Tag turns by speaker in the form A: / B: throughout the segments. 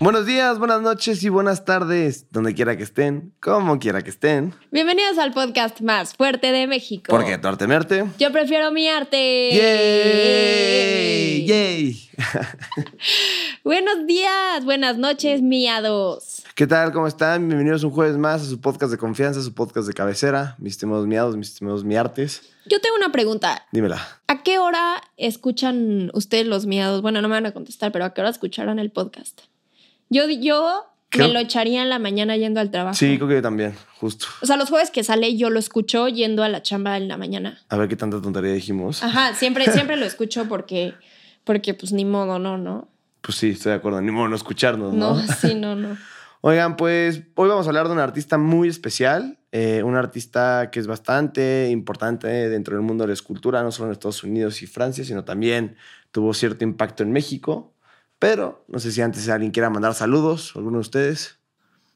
A: Buenos días, buenas noches y buenas tardes, donde quiera que estén, como quiera que estén.
B: Bienvenidos al podcast más fuerte de México.
A: Porque tu arte me arte.
B: Yo prefiero mi arte.
A: ¡Yay! ¡Yay!
B: Buenos días, buenas noches, miados.
A: ¿Qué tal? ¿Cómo están? Bienvenidos un jueves más a su podcast de confianza, a su podcast de cabecera, mis estimados miados, mis estimados miartes.
B: Yo tengo una pregunta.
A: Dímela.
B: ¿A qué hora escuchan ustedes los miados? Bueno, no me van a contestar, pero ¿a qué hora escucharon el podcast? Yo, yo
A: ¿Qué?
B: me lo echaría en la mañana yendo al trabajo.
A: Sí, creo que yo también, justo.
B: O sea, los jueves que sale yo lo escucho yendo a la chamba en la mañana.
A: A ver qué tanta tontería dijimos.
B: Ajá, siempre, siempre lo escucho porque, porque pues ni modo, no, no.
A: Pues sí, estoy de acuerdo. Ni modo no escucharnos,
B: No,
A: ¿no?
B: sí, no, no.
A: Oigan, pues hoy vamos a hablar de un artista muy especial, eh, un artista que es bastante importante dentro del mundo de la escultura, no solo en Estados Unidos y Francia, sino también tuvo cierto impacto en México. Pero no sé si antes alguien quiera mandar saludos, alguno de ustedes.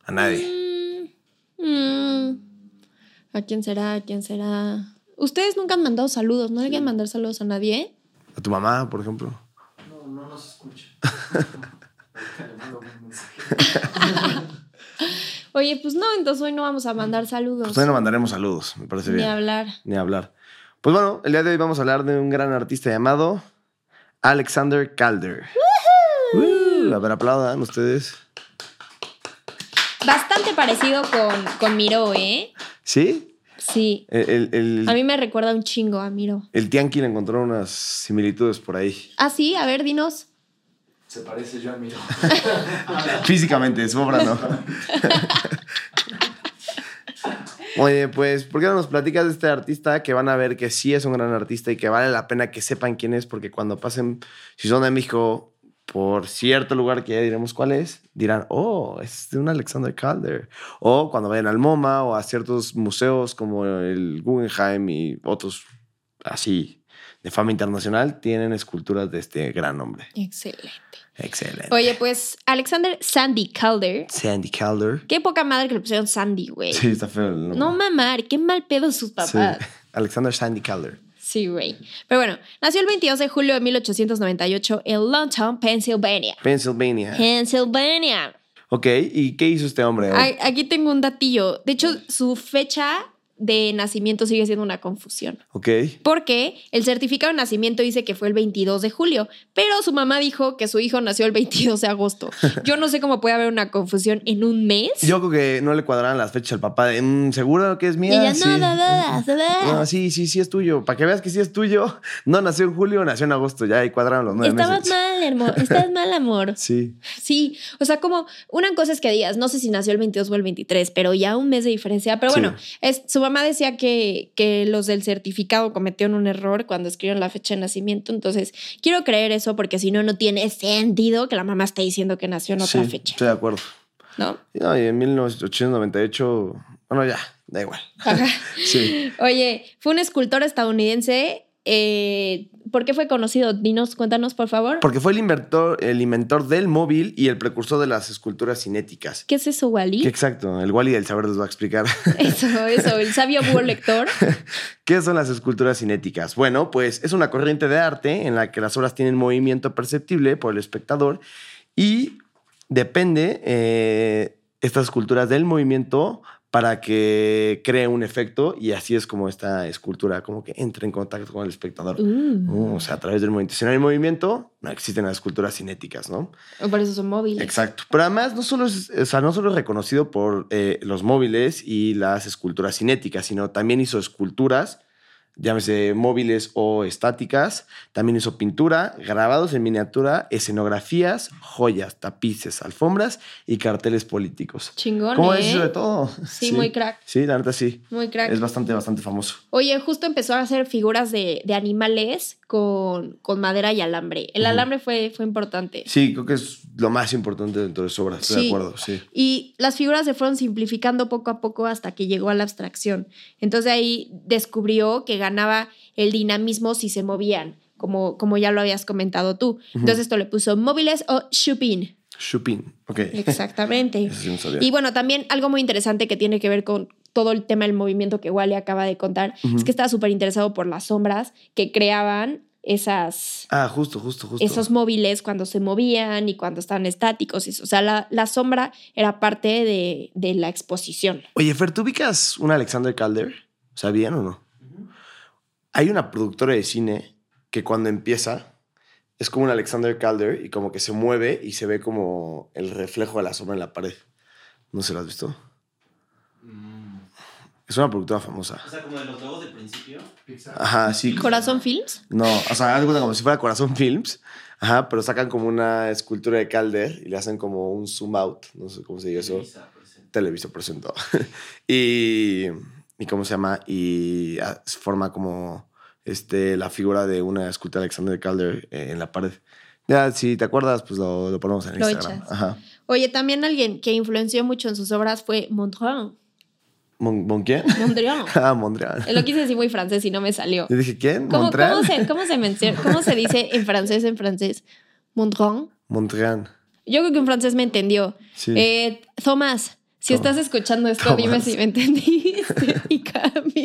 A: A nadie.
B: Mm, mm. ¿A quién será? ¿A quién será? Ustedes nunca han mandado saludos, ¿no?
A: Mm.
B: ¿Alguien mandar saludos a nadie?
A: A tu mamá, por ejemplo.
C: No, no nos escucha. Ahorita le mando un mensaje.
B: Oye, pues no, entonces hoy no vamos a mandar saludos.
A: Pues hoy no mandaremos saludos, me parece
B: Ni
A: bien.
B: hablar.
A: Ni hablar. Pues bueno, el día de hoy vamos a hablar de un gran artista llamado Alexander Calder. Uh, a ver, aplaudan ustedes.
B: Bastante parecido con, con Miro, ¿eh?
A: ¿Sí?
B: Sí.
A: El, el, el-
B: A mí me recuerda un chingo a Miro.
A: el Tianqui le encontró unas similitudes por ahí.
B: Ah, sí, a ver, dinos.
C: Se parece yo a Miro.
A: Físicamente, su obra no. Oye, pues, ¿por qué no nos platicas de este artista que van a ver que sí es un gran artista y que vale la pena que sepan quién es? Porque cuando pasen, si son de México, por cierto lugar que ya diremos cuál es, dirán, oh, es de un Alexander Calder. O cuando vayan al MoMA o a ciertos museos como el Guggenheim y otros así de fama internacional, tienen esculturas de este gran hombre.
B: Excelente.
A: Excelente.
B: Oye, pues Alexander Sandy Calder.
A: Sandy Calder.
B: Qué poca madre que le pusieron Sandy, güey.
A: Sí, está feo el nombre.
B: eh, No mamar, qué mal pedo sus
A: Sí.
B: papás.
A: Alexander Sandy Calder.
B: Sí, güey. Pero bueno, nació el 22 de julio de 1898 en Longtown, Pensilvania.
A: Pennsylvania.
B: Pensilvania.
A: Ok, ¿y qué hizo este hombre?
B: A- Aquí tengo un datillo. De hecho, su fecha de nacimiento sigue siendo una confusión.
A: Ok.
B: Porque el certificado de nacimiento dice que fue el 22 de julio, pero su mamá dijo que su hijo nació el 22 de agosto. Yo no sé cómo puede haber una confusión en un mes.
A: Yo creo que no le cuadraban las fechas al papá de "Mm, seguro que es
B: y
A: mía.
B: ella,
A: sí.
B: no, no, no, no, no.
A: No, sí, sí, sí es tuyo. Para que veas que sí es tuyo. No nació en julio, nació en agosto. Ya ahí cuadraron los nueve
B: Estabas
A: meses.
B: mal, hermano. Estás mal, amor.
A: Sí.
B: Sí, o sea, como una cosa es que digas, no sé si nació el 22 o el 23, pero ya un mes de diferencia. Pero
A: Sí.
B: bueno, es, su mamá decía que, que los del certificado cometieron un error cuando escribieron la fecha de nacimiento. Entonces, quiero creer eso porque si no, no tiene sentido que la mamá esté diciendo que nació en otra
A: Sí,
B: fecha,
A: Estoy de acuerdo.
B: ¿no?
A: No, y en 1898. Bueno, ya, da igual.
B: Ajá.
A: Sí.
B: Oye, fue un escultor estadounidense. eh, ¿Por qué fue conocido? Dinos, cuéntanos, por favor.
A: Porque fue el inventor, el inventor del móvil y el precursor de las esculturas cinéticas.
B: ¿Qué es eso, Wally?
A: Que exacto, el Wally del saber les va a explicar.
B: Eso, eso, el sabio búho lector.
A: ¿Qué son las esculturas cinéticas? Bueno, pues es una corriente de arte en la que las obras tienen movimiento perceptible por el espectador y depende eh, estas esculturas del movimiento para que cree un efecto y así es como esta escultura como que entra en contacto con el espectador.
B: Uh.
A: Uh, o sea, a través del movimiento. Si no hay movimiento, no existen las esculturas cinéticas, ¿no?
B: Por eso son móviles.
A: Exacto. Pero además, no solo es, o sea, no solo es reconocido por eh, los móviles y las esculturas cinéticas, sino también hizo esculturas, llámese móviles o estáticas. También hizo pintura, grabados en miniatura, escenografías, joyas, tapices, alfombras y carteles políticos.
B: Chingón,
A: ¿Cómo
B: ¿eh?
A: es eso de todo?
B: Sí, muy crack.
A: Sí, la neta sí.
B: Muy crack.
A: Es bastante, bastante famoso.
B: Oye, justo empezó a hacer figuras de, de animales con, con madera y alambre. El
A: Ujú.
B: alambre fue, fue importante.
A: Sí, creo que es lo más importante dentro de su obra. Estoy de
B: Sí.
A: acuerdo, sí.
B: Y las figuras se fueron simplificando poco a poco hasta que llegó a la abstracción. Entonces ahí descubrió que ganaba el dinamismo si se movían, como, como ya lo habías comentado tú. Entonces esto le puso móviles o shopping.
A: Chopin. Ok.
B: Exactamente.
A: Eso sí no sabía.
B: Y bueno, también algo muy interesante que tiene que ver con todo el tema del movimiento que Wally acaba de contar,
A: Ujú.
B: es que estaba súper interesado por las sombras que creaban esas,
A: Ah, justo, justo, justo.
B: esos móviles cuando se movían y cuando estaban estáticos. y eso. O sea, la, la sombra era parte de, de la exposición.
A: Oye, Fer, ¿tú ubicas un Alexander Calder? O sea, ¿bien o no? Hay una productora de cine que cuando empieza es como un Alexander Calder y como que se mueve y se ve como el reflejo de la sombra en la pared. ¿No se lo has visto?
C: Mm.
A: Es una productora famosa.
D: O sea, como de los lobos del principio.
C: Pixar.
A: Ajá, sí.
B: ¿Corazón Films?
A: No, o sea, haz de cuenta como si fuera Corazón Films. Ajá, pero sacan como una escultura de Calder y le hacen como un zoom out. No sé cómo se dice eso.
D: Televisa, por
A: Televisa
D: ejemplo.
A: presentó. y, y cómo se llama y ah, se forma como este la figura de una escultura de Alexander Calder eh, en la pared. Ya, si te acuerdas, pues lo, lo ponemos en
B: Lo
A: Instagram.
B: echas.
A: Ajá.
B: Oye, también alguien que influenció mucho en sus obras fue Mondrian.
A: ¿Mon, ¿Mon quién?
B: Mondrian. Eh,
A: ah, Montreal.
B: Lo quise decir muy francés y no me salió.
A: Yo dije, ¿quién?
B: ¿Cómo,
A: Montreal.
B: cómo se, cómo se mencio- cómo se dice en francés en francés? Mondrian.
A: Montreal.
B: Yo creo que en francés me entendió.
A: Sí.
B: Eh, Tomás, si
A: Tomás.
B: estás escuchando esto,
A: Tomás.
B: dime si me entendiste y cambio.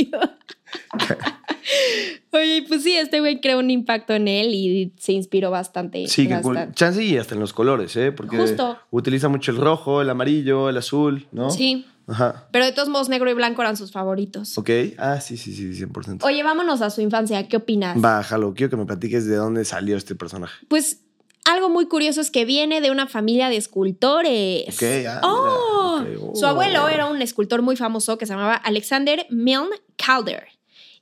B: Oye, pues sí, este güey creó un impacto en él y se inspiró bastante.
A: Sí, que cool.
B: bastante.
A: Chance y hasta en los colores, ¿eh? Porque
B: Justo.
A: utiliza mucho el rojo, el amarillo, el azul, ¿no?
B: Sí,
A: Ajá.
B: pero de todos modos, negro y blanco eran sus favoritos.
A: Ok. Ah, sí, sí, sí, 100%.
B: Oye, vámonos a su infancia. ¿Qué opinas?
A: Bájalo, quiero que me platiques de dónde salió este personaje.
B: Pues algo muy curioso es que viene de una familia de escultores.
A: Ok, ah,
B: Oh,
A: mira, ok, oh.
B: Su abuelo era un escultor muy famoso que se llamaba Alexander Milne Calder.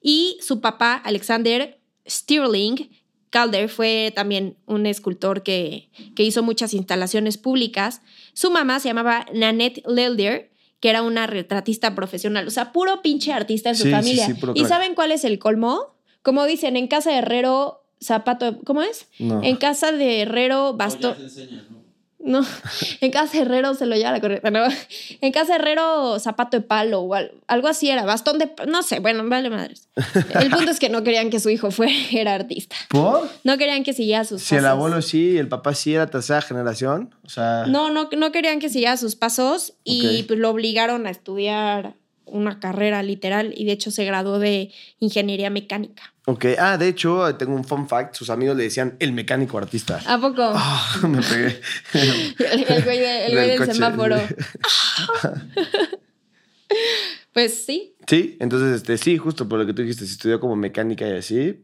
B: Y su papá, Alexander Stirling Calder, fue también un escultor que, que hizo muchas instalaciones públicas. Su mamá se llamaba Nanette Lelder, que era una retratista profesional. O sea, puro pinche artista en su
A: Sí, sí,
B: familia.
A: sí, puro
B: ¿Y
A: crack.
B: saben cuál es el colmo? Como dicen, en casa de Herrero, zapato. ¿Cómo es?
A: No.
B: En casa de Herrero, bastón.
D: Hoy ya se enseña, ¿no?
B: No, en casa de Herrero se lo lleva la corriente. ¿no? En casa de Herrero, zapato de palo o al- algo así era, bastón de. pa- No sé, bueno, vale madres. El punto es que no querían que su hijo fuera artista.
A: ¿Por?
B: No querían que siguiera sus
A: Si el
B: pasos.
A: abuelo sí, el papá sí era tercera generación, o sea,
B: No, no, no querían que siguiera sus pasos y
A: Ok.
B: pues, lo obligaron a estudiar una carrera literal y de hecho se graduó de ingeniería mecánica.
A: ok. Ah, de hecho, tengo un fun fact, sus amigos le decían el mecánico artista.
B: ¿A poco?
A: Ah, me pegué.
B: El, el güey, de- el güey del
A: coche.
B: semáforo. Pues sí,
A: Sí, entonces, este, sí, justo por lo que tú dijiste, si estudió como mecánica y así.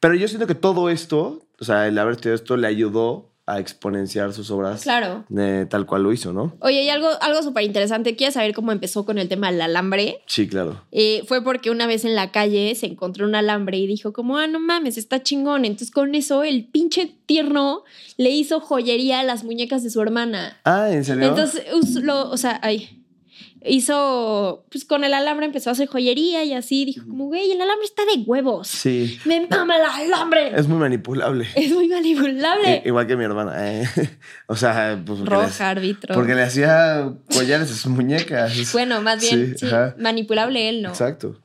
A: Pero yo siento que todo esto, o sea, el haber estudiado esto le ayudó a exponenciar sus obras
B: claro.
A: eh, tal cual lo hizo, ¿no?
B: Oye, y algo, algo súper interesante. ¿Quieres saber cómo empezó con el tema del alambre?
A: Sí, claro.
B: Eh, fue porque una vez en la calle se encontró un alambre y dijo como, ah, no mames, está chingón. Entonces con eso el pinche tierno le hizo joyería a las muñecas de su hermana.
A: Ah, ¿en serio?
B: Entonces, us- lo, o sea, ay, hizo, pues con el alambre empezó a hacer joyería y así. Dijo como, güey, el alambre está de huevos.
A: sí,
B: Me mama el alambre. Es,
A: es muy manipulable.
B: muy
A: I-
B: manipulable.
A: Igual que mi hermana. eh. O sea, pues porque, le,
B: Roja, árbitro.
A: porque le hacía collares a sus muñelas.
B: Bueno, más bien,
A: Sí,
B: sí,
A: ajá.
B: manipulable él, ¿no?
A: Exacto.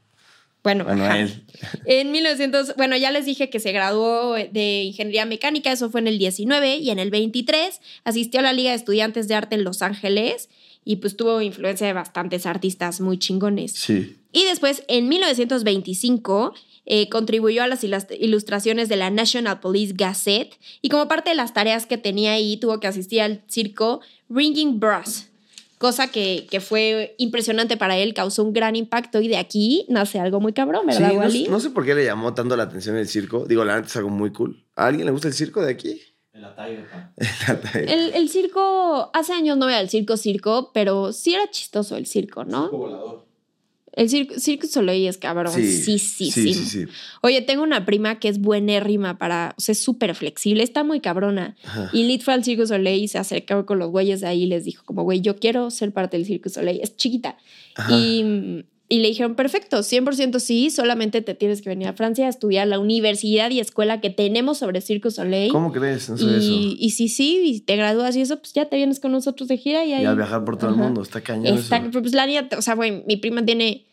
B: Bueno,
A: Bueno,
B: ajá.
A: él.
B: En 1900, bueno, ya les dije que se graduó de ingeniería mecánica, eso fue en el 19 y en el 23 asistió a la Liga de Estudiantes de Arte en Los Ángeles y pues tuvo influencia de bastantes artistas muy chingones.
A: Sí.
B: Y después, en 1925, eh, contribuyó a las ilas- ilustraciones de la National Police Gazette y como parte de las tareas que tenía ahí, tuvo que asistir al circo Ringing Bros, cosa que, que fue impresionante para él, causó un gran impacto y de aquí nace algo muy cabrón,
A: Sí,
B: ¿verdad,
A: no,
B: Wally?
A: s- no sé por qué le llamó tanto la atención el circo. Digo, la neta es algo muy cool. ¿A alguien le gusta el circo de aquí?
D: El ataque, pa.
B: El, el circo, hace años no era el circo circo, pero sí era chistoso el circo,
D: Circo
B: ¿no?
D: volador.
B: El circo, circo Soleil es cabrón. Sí sí sí,
A: sí, sí, sí.
B: Oye, tengo una prima que es buenérrima para, o sea, es súper flexible, está muy cabrona.
A: Ajá.
B: Y Lit fue al Circo Soleil y se acercó con los güeyes de ahí y les dijo como, güey, yo quiero ser parte del Circo Soleil, es chiquita.
A: Ajá.
B: Y, y le dijeron, perfecto, 100% sí, solamente te tienes que venir a Francia a estudiar la universidad y escuela que tenemos sobre Circo Soleil.
A: ¿Cómo crees? No sé
B: Y, y si sí, y te gradúas y eso, pues ya te vienes con nosotros de gira y
A: eso.
B: ahí.
A: Y a viajar por todo el
B: Ajá.
A: mundo. Está cañón
B: Está,
A: eso.
B: pues la niña, o sea, güey, mi prima tiene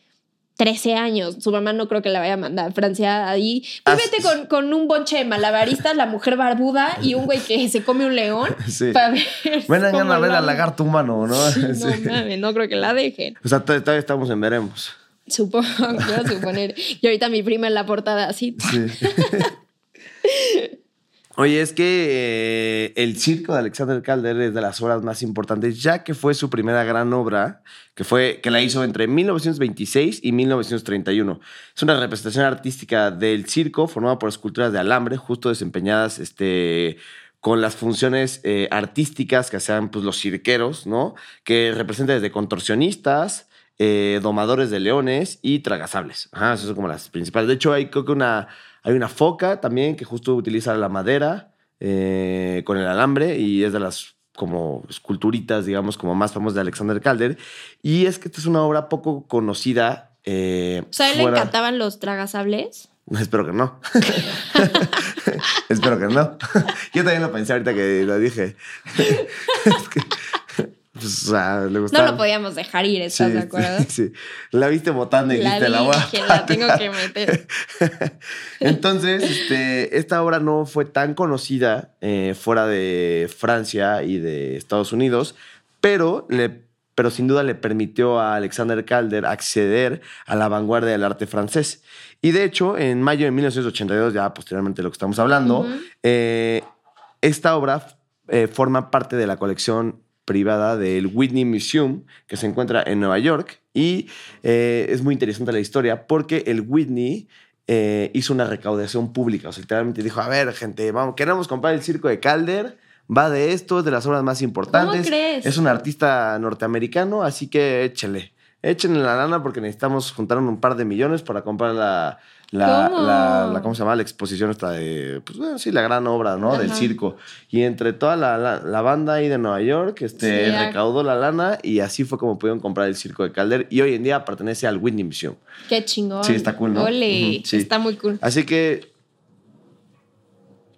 B: 13 años. Su mamá no creo que la vaya a mandar a Francia ahí.
A: Ah,
B: Pues vete con, con un bonche de malabaristas, la mujer barbuda y un güey que se come un león
A: Sí.
B: para ver.
A: Ven
B: cómo
A: a ver
B: la-
A: al lagarto humano, ¿no?
B: Sí, no
A: Sí.
B: mames, no creo que la dejen.
A: O sea, to- todavía estamos en veremos.
B: Supongo, quiero suponer. Y ahorita mi prima en la portada así.
A: Sí. Oye, es que eh, el circo de Alexander Calder es de las obras más importantes, ya que fue su primera gran obra, que, fue, que la hizo entre 1926 y 1931. Es una representación artística del circo formada por esculturas de alambre, justo desempeñadas este, con las funciones eh, artísticas que hacían pues, los cirqueros, ¿no? Que representa desde contorsionistas, eh, domadores de leones y tragasables. Ajá, esas son como las principales. De hecho, hay creo que una, hay una foca también que justo utiliza la madera eh, con el alambre y es de las como esculturitas, digamos, como más famosas de Alexander Calder. Y es que esta es una obra poco conocida. eh,
B: O sea, a él le
A: fuera-
B: encantaban los tragasables.
A: Espero que no. Espero que no. Yo también lo pensé ahorita que lo dije. Es que, pues, o sea, le
B: No
A: gustaba.
B: lo podíamos dejar ir, ¿estás de acuerdo?
A: sí. La viste botando y
B: La
A: dijiste, la voy a
B: dije, la tengo
A: patear".
B: que meter.
A: Entonces, este, esta obra no fue tan conocida eh, fuera de Francia y de Estados Unidos, pero, le, pero sin duda le permitió a Alexander Calder acceder a la vanguardia del arte francés. Y de hecho, en mayo de 1982, ya posteriormente de lo que estamos hablando,
B: Ujú.
A: eh, esta obra eh, forma parte de la colección privada del Whitney Museum, que se encuentra en Nueva York. Y eh, es muy interesante la historia porque el Whitney eh, hizo una recaudación pública. O sea, literalmente dijo, a ver, gente, vamos, queremos comprar el circo de Calder. Va de esto, es de las obras más importantes.
B: crees?
A: Es un artista norteamericano, así que échele. Échenle la lana porque necesitamos juntar un par de millones para comprar la, la,
B: ¿Cómo?
A: la- la- ¿cómo se llama? La exposición esta de, pues bueno, sí, la gran obra, ¿no? Del
B: Ajá.
A: circo. Y entre toda la, la- la banda ahí de Nueva York, este,
B: Sí, ah.
A: recaudó la lana y así fue como pudieron comprar el circo de Calder y hoy en día pertenece al Whitney Museum.
B: Qué chingón.
A: Sí, está cool, ¿no?
B: Ole,
A: Ujú, sí.
B: está muy cool.
A: Así que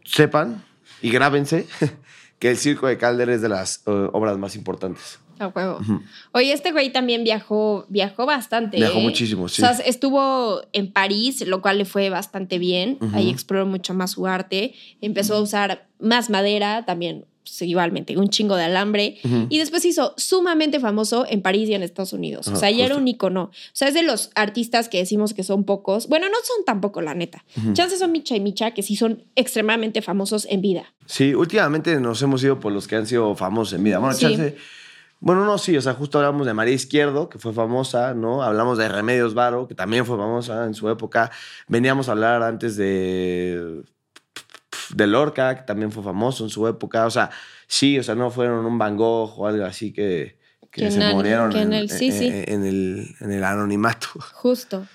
A: sepan y grábense que el circo de Calder es de las eh, obras más importantes.
B: A huevo.
A: Ujú.
B: Oye, este güey también viajó, viajó bastante.
A: Viajó
B: ¿eh?
A: muchísimo, sí.
B: O sea, estuvo en París, lo cual le fue bastante bien.
A: Ujú.
B: Ahí exploró mucho más su arte. Empezó a usar más madera, también pues, igualmente, un chingo de alambre.
A: Ujú.
B: Y después se hizo sumamente famoso en París y en Estados Unidos. o
A: Ajá,
B: sea, ya era
A: Ah, justo.
B: un icono. O sea, es de los artistas que decimos que son pocos. Bueno, no son tampoco, la neta.
A: Ujú.
B: Chances son Micha y Micha, que sí son extremadamente famosos en vida.
A: Sí, últimamente nos hemos ido por los que han sido famosos en vida. Bueno,
B: Sí.
A: chance- Bueno, no, sí, o sea, justo hablamos de María Izquierdo, que fue famosa, ¿no? Hablamos de Remedios Varo, que también fue famosa en su época. Veníamos a hablar antes de. de Lorca, que también fue famoso en su época. O sea, sí, o sea, no fueron un Van Gogh o algo así que, que
B: Que
A: se
B: en el-
A: murieron
B: que
A: en,
B: en el- sí,
A: en-
B: sí.
A: en el, en el anonimato.
B: Justo.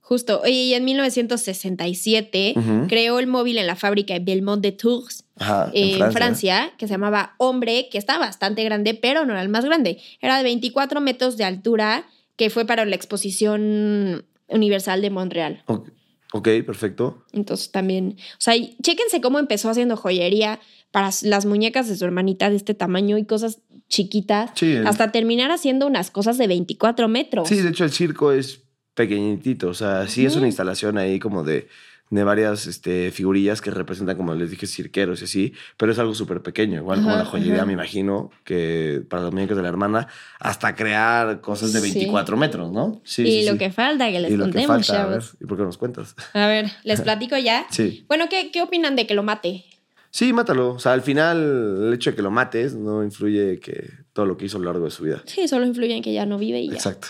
B: Justo. Oye, y en 1967
A: Ujú. Ah,
B: creó el móvil en la fábrica de Belmont de Tours
A: Ajá,
B: eh, en Francia, que se llamaba Hombre, que estaba bastante grande, pero no era el más grande. Era de 24 metros de altura, que fue para la exposición universal de Montreal.
A: Ok, ok, perfecto.
B: Entonces también, o sea, y chéquense cómo empezó haciendo joyería para s- las muñecas de su hermanita de este tamaño y cosas chiquitas,
A: Sí, el-
B: hasta terminar haciendo unas cosas de 24 metros.
A: Sí, de hecho el circo es pequeñitito, o sea, sí es
B: Ujú.
A: una instalación ahí como de, de varias este, figurillas que representan, como les dije, cirqueros y así, pero es algo súper pequeño, igual como
B: Ajá,
A: la joyería,
B: ajá.
A: me imagino, que para los muñecos de la hermana, hasta crear cosas de
B: Sí.
A: 24 metros, ¿no? Sí,
B: y
A: sí,
B: lo
A: sí.
B: que falta que les
A: Y lo que
B: contemos,
A: falta, a ver,
B: chavos.
A: ¿y por qué nos cuentas?
B: A ver, les platico ya.
A: Sí.
B: Bueno, ¿qué, ¿qué opinan de que lo mate?
A: Sí, mátalo. O sea, al final, el hecho de que lo mates no influye que todo lo que hizo a lo largo de su vida.
B: Sí, solo influye en que ya no vive y ya.
A: Exacto.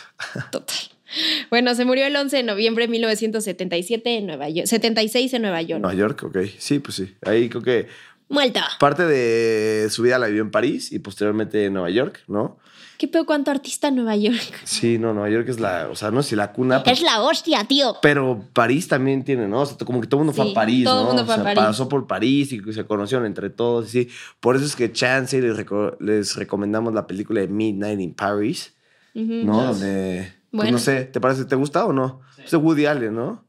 B: Total. Bueno, se murió el 11 de noviembre de 1977 en Nueva York. 76 en Nueva York.
A: Nueva York, ok. Sí, pues sí. Ahí creo que
B: Muerta.
A: Parte de su vida la vivió en París y posteriormente en Nueva York, ¿no?
B: ¿Qué peor cuánto artista en Nueva York?
A: Sí, no, Nueva York es la, o sea, no sé si la cuna, pero,
B: Es la hostia, tío.
A: pero París también tiene, ¿no? O sea, como que todo el mundo fue
B: Sí,
A: a París,
B: todo el
A: ¿no?
B: mundo
A: O
B: fue a
A: sea,
B: París.
A: pasó por París y se conocieron entre todos, sí. Por eso es que Chance les, reco- les recomendamos la película de Midnight in Paris,
B: Ujú.
A: ¿no? Donde, pues,
B: Bueno.
A: no sé, ¿te parece, te gusta o no?
D: Sí.
A: Es de Woody Allen, ¿no?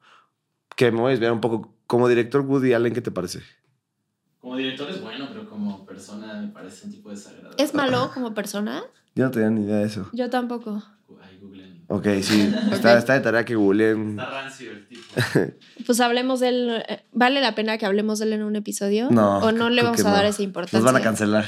A: Que me voy a desviar un poco. Como director Woody Allen, ¿qué te parece?
D: Como director es bueno, pero como persona me parece un tipo desagradable.
B: ¿Es malo como persona?
A: Yo no tenía ni idea de eso.
B: Yo tampoco.
D: Ay, Google.
A: Ok, sí. Está, está de tarea que googleen.
D: Está rancio el tipo.
B: Pues hablemos de él. eh, ¿Vale la pena que hablemos de él en un episodio?
A: No.
B: ¿O no le
A: creo
B: vamos
A: que
B: a dar
A: no.
B: esa importancia?
A: Nos van a cancelar.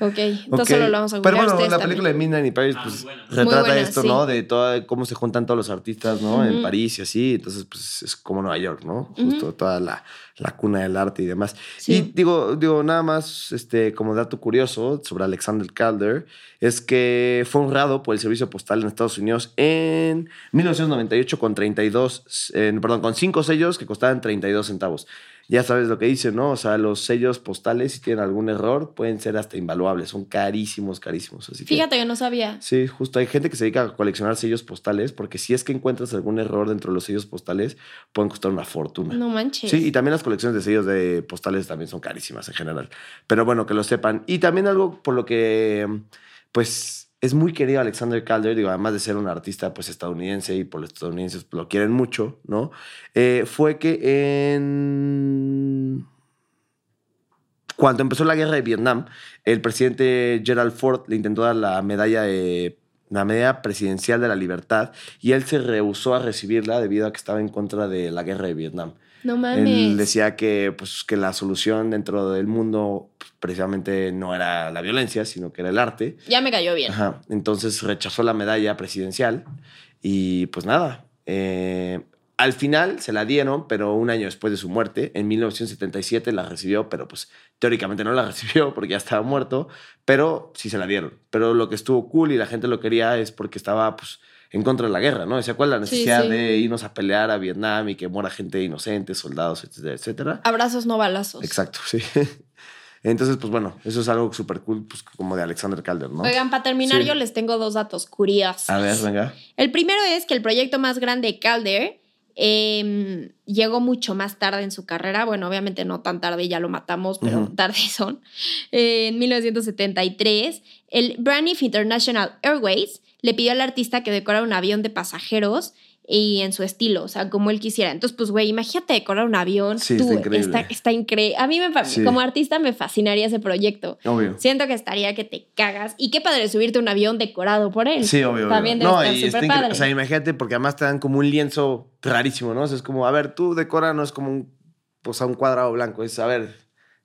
B: Ok, entonces
A: Ok.
B: solo lo vamos
A: Pero
B: a googlear
A: bueno, la
B: ustedes también.
A: película de Midnight in Paris
D: Ah,
A: pues,
D: muy buena.
A: retrata
B: Muy buena,
A: esto,
B: sí.
A: ¿no? De todo, cómo se juntan todos los artistas, ¿no? En
B: Ujú.
A: París y así. Entonces, pues es como Nueva York, ¿no?
B: Ujú.
A: Justo toda la, la cuna del arte y demás.
B: Sí.
A: Y digo, digo, nada más este, como dato curioso sobre Alexander Calder, es que fue honrado por el servicio postal en Estados Unidos en 1998 con 32, eh, perdón, con 5 sellos que costaban 32 centavos. Ya sabes lo que dice, ¿no? O sea, los sellos postales, si tienen algún error, pueden ser hasta invaluables. Son carísimos, carísimos. Así que-
B: Fíjate que no sabía.
A: Sí, justo hay gente que se dedica a coleccionar sellos postales porque si es que encuentras algún error dentro de los sellos postales, pueden costar una fortuna.
B: No manches.
A: Sí, y también las colecciones de sellos de postales también son carísimas en general. Pero bueno, que lo sepan. Y también algo por lo que, pues, es muy querido Alexander Calder, digo, además de ser un artista, pues, estadounidense y por los estadounidenses lo quieren mucho, ¿no? Eh, fue que en... Cuando empezó la guerra de Vietnam, el presidente Gerald Ford le intentó dar la medalla de la medalla presidencial de la libertad y él se rehusó a recibirla debido a que estaba en contra de la guerra de Vietnam.
B: no
A: Él
B: mames.
A: decía que, pues, que la solución dentro del mundo pues, precisamente no era la violencia, sino que era el arte.
B: Ya me cayó bien.
A: Ajá. Entonces rechazó la medalla presidencial y pues nada. eh, al final se la dieron, pero un año después de su muerte, en 1977 la recibió, pero pues teóricamente no la recibió porque ya estaba muerto, pero sí se la dieron. Pero lo que estuvo cool y la gente lo quería es porque estaba pues en contra de la guerra, ¿no? Decía, ¿cuál es la
B: Sí,
A: necesidad
B: sí.
A: de irnos a pelear a Vietnam y que muera gente inocente, soldados, etcétera, etcétera?
B: Abrazos, no balazos.
A: Exacto, sí. Entonces, pues bueno, eso es algo súper cool, pues como de Alexander Calder, ¿no?
B: Oigan, pues, para terminar,
A: Sí.
B: yo les tengo dos datos curiosos.
A: A ver, venga.
B: El primero es que el proyecto más grande de Calder em, llegó mucho más tarde en su carrera. Bueno, obviamente no tan tarde, ya lo matamos, pero
A: Ujú.
B: tarde son. Eh, en 1973, el Braniff International Airways le pidió al artista que decorara un avión de pasajeros y en su estilo, o sea, como él quisiera. Entonces, pues, güey, imagínate decorar un avión.
A: Sí,
B: tú,
A: está increíble.
B: Está, increíble. A mí, me, fa-
A: Sí.
B: como artista, me fascinaría ese proyecto.
A: Obvio.
B: Siento que estaría que te cagas. Y qué padre subirte a un avión decorado por él.
A: Sí, obvio. obvio.
B: También debe estar
A: y está
B: súper
A: incre-
B: padre.
A: O sea, imagínate, porque además te dan como un lienzo rarísimo, ¿no? O sea, es como, a ver, tú decora, no es como un, pues, a un cuadrado blanco, es, a ver,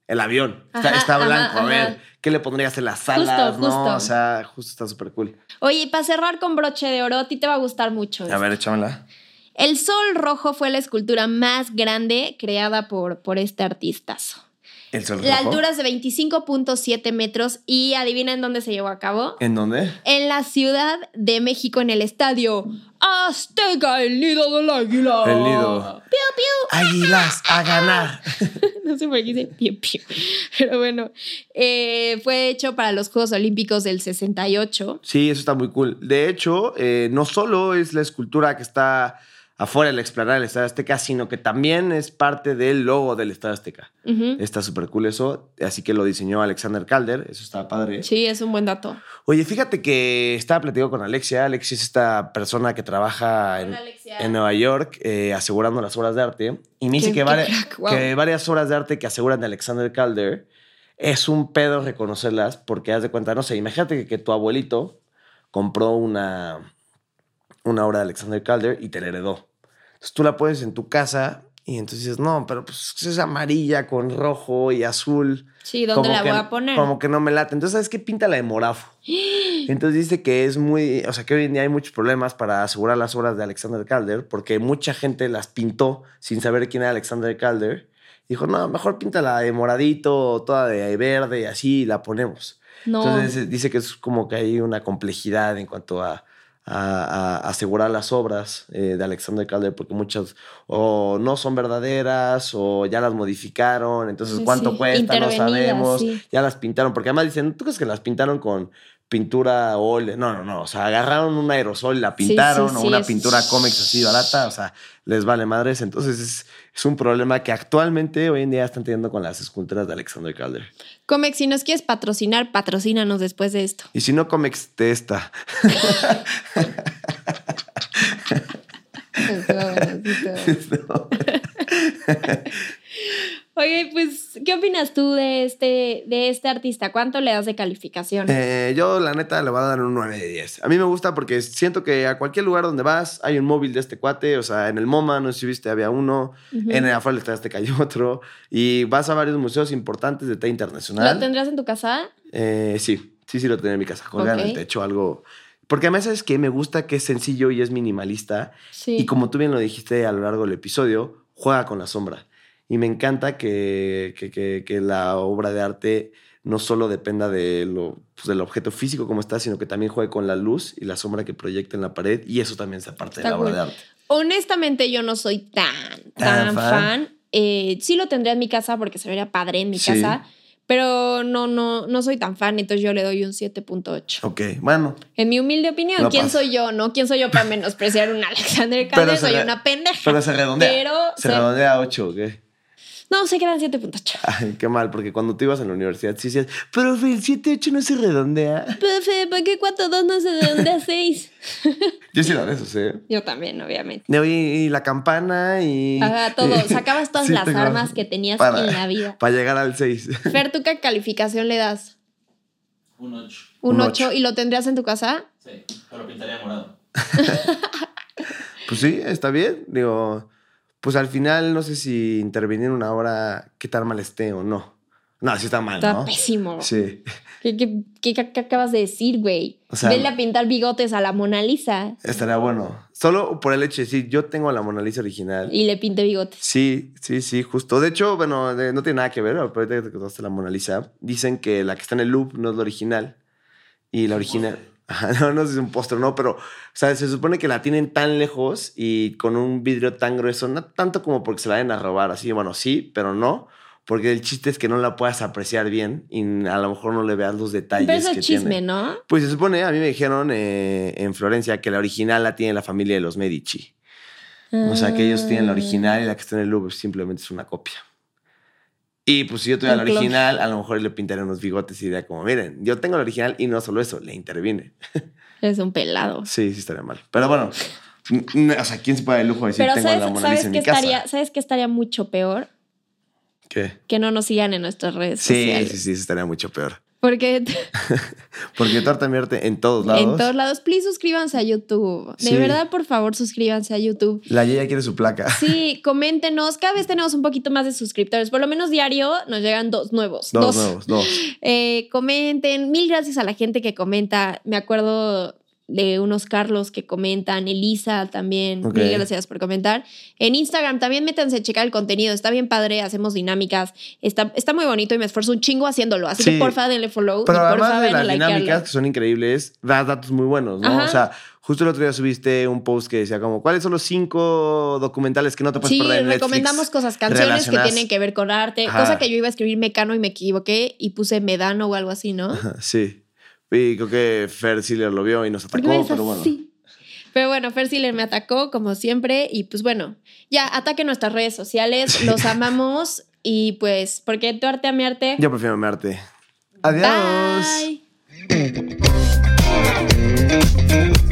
A: el avión. Está,
B: Ajá,
A: está
B: ajá,
A: blanco, a ver,
B: ajá.
A: ¿qué le pondrías en las alas?
B: Justo,
A: no,
B: justo.
A: o sea, justo está súper cool.
B: Oye, y para cerrar con broche de oro, a ti te va a gustar mucho. esto.
A: A ver, échamela.
B: El sol rojo fue la escultura más grande creada por, por este artistazo.
A: El sol
B: La
A: rojo.
B: altura es de 25.7 metros y adivina en dónde se llevó a cabo.
A: ¿En dónde?
B: En la Ciudad de México, en el estadio Azteca, el nido del águila.
A: El nido.
B: Piu, piu.
A: Águilas a ganar.
B: No sé por qué dice piu, piu. Pero bueno, eh, fue hecho para los Juegos Olímpicos del 68.
A: Sí, eso está muy cool. De hecho, eh, no solo es la escultura que está afuera de la explanada del Estadio Azteca, sino que también es parte del logo del Estadio Azteca.
B: Ujú.
A: Está súper cool eso. Así que lo diseñó Alexander Calder. Eso está padre.
B: Sí, es un buen dato.
A: Oye, fíjate que estaba platicando con Alexia. Alexia es esta persona que trabaja en, en Nueva York eh, asegurando las obras de arte. Y me dice que,
B: Qué- qué
A: vari-
B: crack, wow.
A: que varias obras de arte que aseguran de Alexander Calder es un pedo reconocerlas porque haz de cuenta, no sé, imagínate que, que tu abuelito compró una, una obra de Alexander Calder y te la heredó. Entonces tú la pones en tu casa y entonces dices, no, pero pues es amarilla con rojo y azul.
B: Sí, ¿dónde
A: Como
B: la
A: que-
B: voy a poner?
A: Como que no me late. Entonces, ¿sabes qué? Pinta la de morafo. Entonces dice que es muy, o sea, que hoy en día hay muchos problemas para asegurar las obras de Alexander Calder, porque mucha gente las pintó sin saber quién era Alexander Calder. Dijo, no, mejor píntala de moradito, toda de verde y así y la ponemos.
B: No.
A: Entonces dice que es como que hay una complejidad en cuanto a, a- a asegurar las obras eh, de Alexander Calder, porque muchas o no son verdaderas o ya las modificaron, entonces
B: Sí,
A: cuánto
B: sí,
A: cuesta, no
B: intervenidas,
A: sabemos,
B: sí.
A: ya las pintaron, porque además dicen, ¿tú crees que las pintaron con pintura o óleo? No, no, no, o sea, agarraron un aerosol y la
B: Sí,
A: pintaron
B: sí,
A: o
B: sí,
A: una
B: es-
A: pintura cómics así barata, o sea, les vale madres, entonces es, es un problema que actualmente hoy en día están teniendo con las esculturas de Alexander Calder.
B: Comex, si nos quieres patrocinar, patrocínanos después de esto.
A: Y si no, Comex de esta.
B: Pues, Oye, pues, ¿qué opinas tú de este, de este artista? ¿Cuánto le das de calificación?
A: Eh, yo, la neta, le voy a dar un 9 de 10. A mí me gusta porque siento que a cualquier lugar donde vas hay un móvil de este cuate. O sea, en el MoMA, no sé si viste, había uno.
B: Ujú.
A: En el Afuera del Azteca hay otro. Y vas a varios museos importantes de té internacional.
B: ¿Lo tendrás en tu casa?
A: Eh, sí, sí, sí lo tenía en mi casa. Colgado en
B: Ok.
A: el techo, algo. Porque además es que me gusta que es sencillo y es minimalista.
B: Sí.
A: Y como tú bien lo dijiste a lo largo del episodio, juega con la sombra. Y me encanta que, que, que- que la obra de arte no solo dependa de lo, pues, del objeto físico como está, sino que también juegue con la luz y la sombra que proyecta en la pared. Y eso también está parte
B: Está
A: de la obra
B: cool.
A: de arte.
B: Honestamente, yo no soy tan, tan
A: Tan
B: fan.
A: fan.
B: Eh, sí lo tendría en mi casa porque se vería padre en mi
A: Sí.
B: casa, pero no, no, no soy tan fan, entonces yo le doy un 7.8.
A: Ok, bueno.
B: En mi humilde opinión,
A: No
B: ¿quién
A: pasa.
B: soy yo? ¿No? ¿Quién soy yo para menospreciar un Alexander
A: Pero
B: Calder?
A: se
B: Soy
A: ve-
B: una pendeja.
A: Pero se redondea.
B: Pero
A: se
B: se-
A: redondea a 8, ¿ok?
B: No, se quedan 7.8.
A: Ay, qué mal, porque cuando tú ibas en la universidad sí decías, profe, el 7-8 no se redondea.
B: Profe, ¿por qué 4.2 no sé de dónde a 6?
A: Yo sí la de esos, ¿eh?
B: Yo también, obviamente.
A: De, y la campana y...
B: Ajá, todo. Sacabas todas
A: Sí,
B: las
A: tengo-
B: armas que tenías
A: para-
B: en la vida.
A: Para llegar al 6.
B: Fer, ¿tú qué calificación le das?
D: Un 8.
B: ¿Un,
A: Un
B: 8?
A: ocho.
B: ¿Y lo tendrías en tu casa?
D: Sí, pero pintaría morado.
A: Pues sí, está bien. Digo, pues al final no sé si intervenir en una obra, qué tan mal esté o no. No, sí está mal,
B: Está
A: Ah, ¿no?
B: pésimo.
A: Sí.
B: ¿Qué, qué- qué- qué acabas de decir, güey?
A: O sea-
B: Vele a pintar bigotes a la Mona Lisa
A: Estaría bueno. Solo por el hecho de decir, yo tengo la Mona Lisa original.
B: y le pinte bigotes.
A: Sí, sí, sí, justo. De hecho, bueno, de- no tiene nada que ver, pero ahorita que te contaste la Mona Lisa, dicen que la que está en el loop no es la original. Y la
D: Un
A: original.
D: póster.
A: Ajá, no, no sé si es un póster, no, pero, o sea, se supone que la tienen tan lejos y con un vidrio tan grueso, no tanto como porque se la vayan a robar, así, bueno, sí, pero no, porque el chiste es que no la puedas apreciar bien y a lo mejor no le veas los detalles.
B: Pero eso
A: que
B: es chisme,
A: tiene.
B: ¿no?
A: Pues se supone, a mí me dijeron eh, en Florencia que la original la tiene la familia de los Medici. O sea, que ellos
B: Ah,
A: tienen la original y la que está en el Louvre simplemente es una copia. Y pues si yo tuviera la
B: Un clon.
A: original, a lo mejor le pintaría unos bigotes y diría como, miren, yo tengo la original y no solo eso, le intervine.
B: Es un pelado.
A: Sí, sí estaría mal. Pero bueno, n- n- o sea, ¿quién se puede dar el lujo de decir
B: Pero
A: tengo la
B: ¿sabes,
A: Mona
B: ¿sabes
A: Lisa en
B: qué
A: mi casa?
B: estaría, ¿sabes qué estaría mucho peor?
A: ¿Qué?
B: Que no nos sigan en nuestras redes
A: Sí,
B: sociales.
A: sí, sí, eso estaría mucho peor.
B: Porque
A: Porque torta mi arte en todos lados.
B: en todos lados, please suscríbanse a YouTube. De
A: Sí.
B: verdad, por favor, suscríbanse a YouTube.
A: La Yeya quiere su placa.
B: Sí, coméntenos. Cada vez tenemos un poquito más de suscriptores. Por lo menos diario nos llegan dos nuevos.
A: Dos, nuevos, dos.
B: Eh, comenten. Mil gracias a la gente que comenta. Me acuerdo de unos Carlos que comentan, Elisa también.
A: Ok.
B: Mil gracias por comentar. En Instagram también métanse a checar el contenido. Está bien padre, hacemos dinámicas. Está, está muy bonito y me esfuerzo un chingo haciéndolo. Así que
A: Sí.
B: porfa, denle follow.
A: Pero
B: y porfa,
A: además de
B: vayan a
A: las
B: likearlo.
A: dinámicas que son increíbles, das datos muy buenos, ¿no?
B: Ajá.
A: O sea, justo el otro día subiste un post que decía como, ¿cuáles son los cinco documentales que no te puedes
B: Sí,
A: perder en Netflix?
B: recomendamos cosas, canciones que
A: relacionadas.
B: tienen que ver con arte,
A: Ajá.
B: cosa que yo iba a escribir Mecano y me equivoqué y puse Medano o algo así, ¿no?
A: Ajá, Sí. Y creo que Fer Siller lo vio y nos
B: ¿Por qué me
A: atacó,
B: ves
A: pero bueno.
B: así? Pero bueno, Fer Siller me atacó como siempre y pues bueno, ya ataquen nuestras redes sociales, los amamos y pues porque tu arte a mi arte.
A: Yo prefiero mi arte. Adiós.
B: Bye.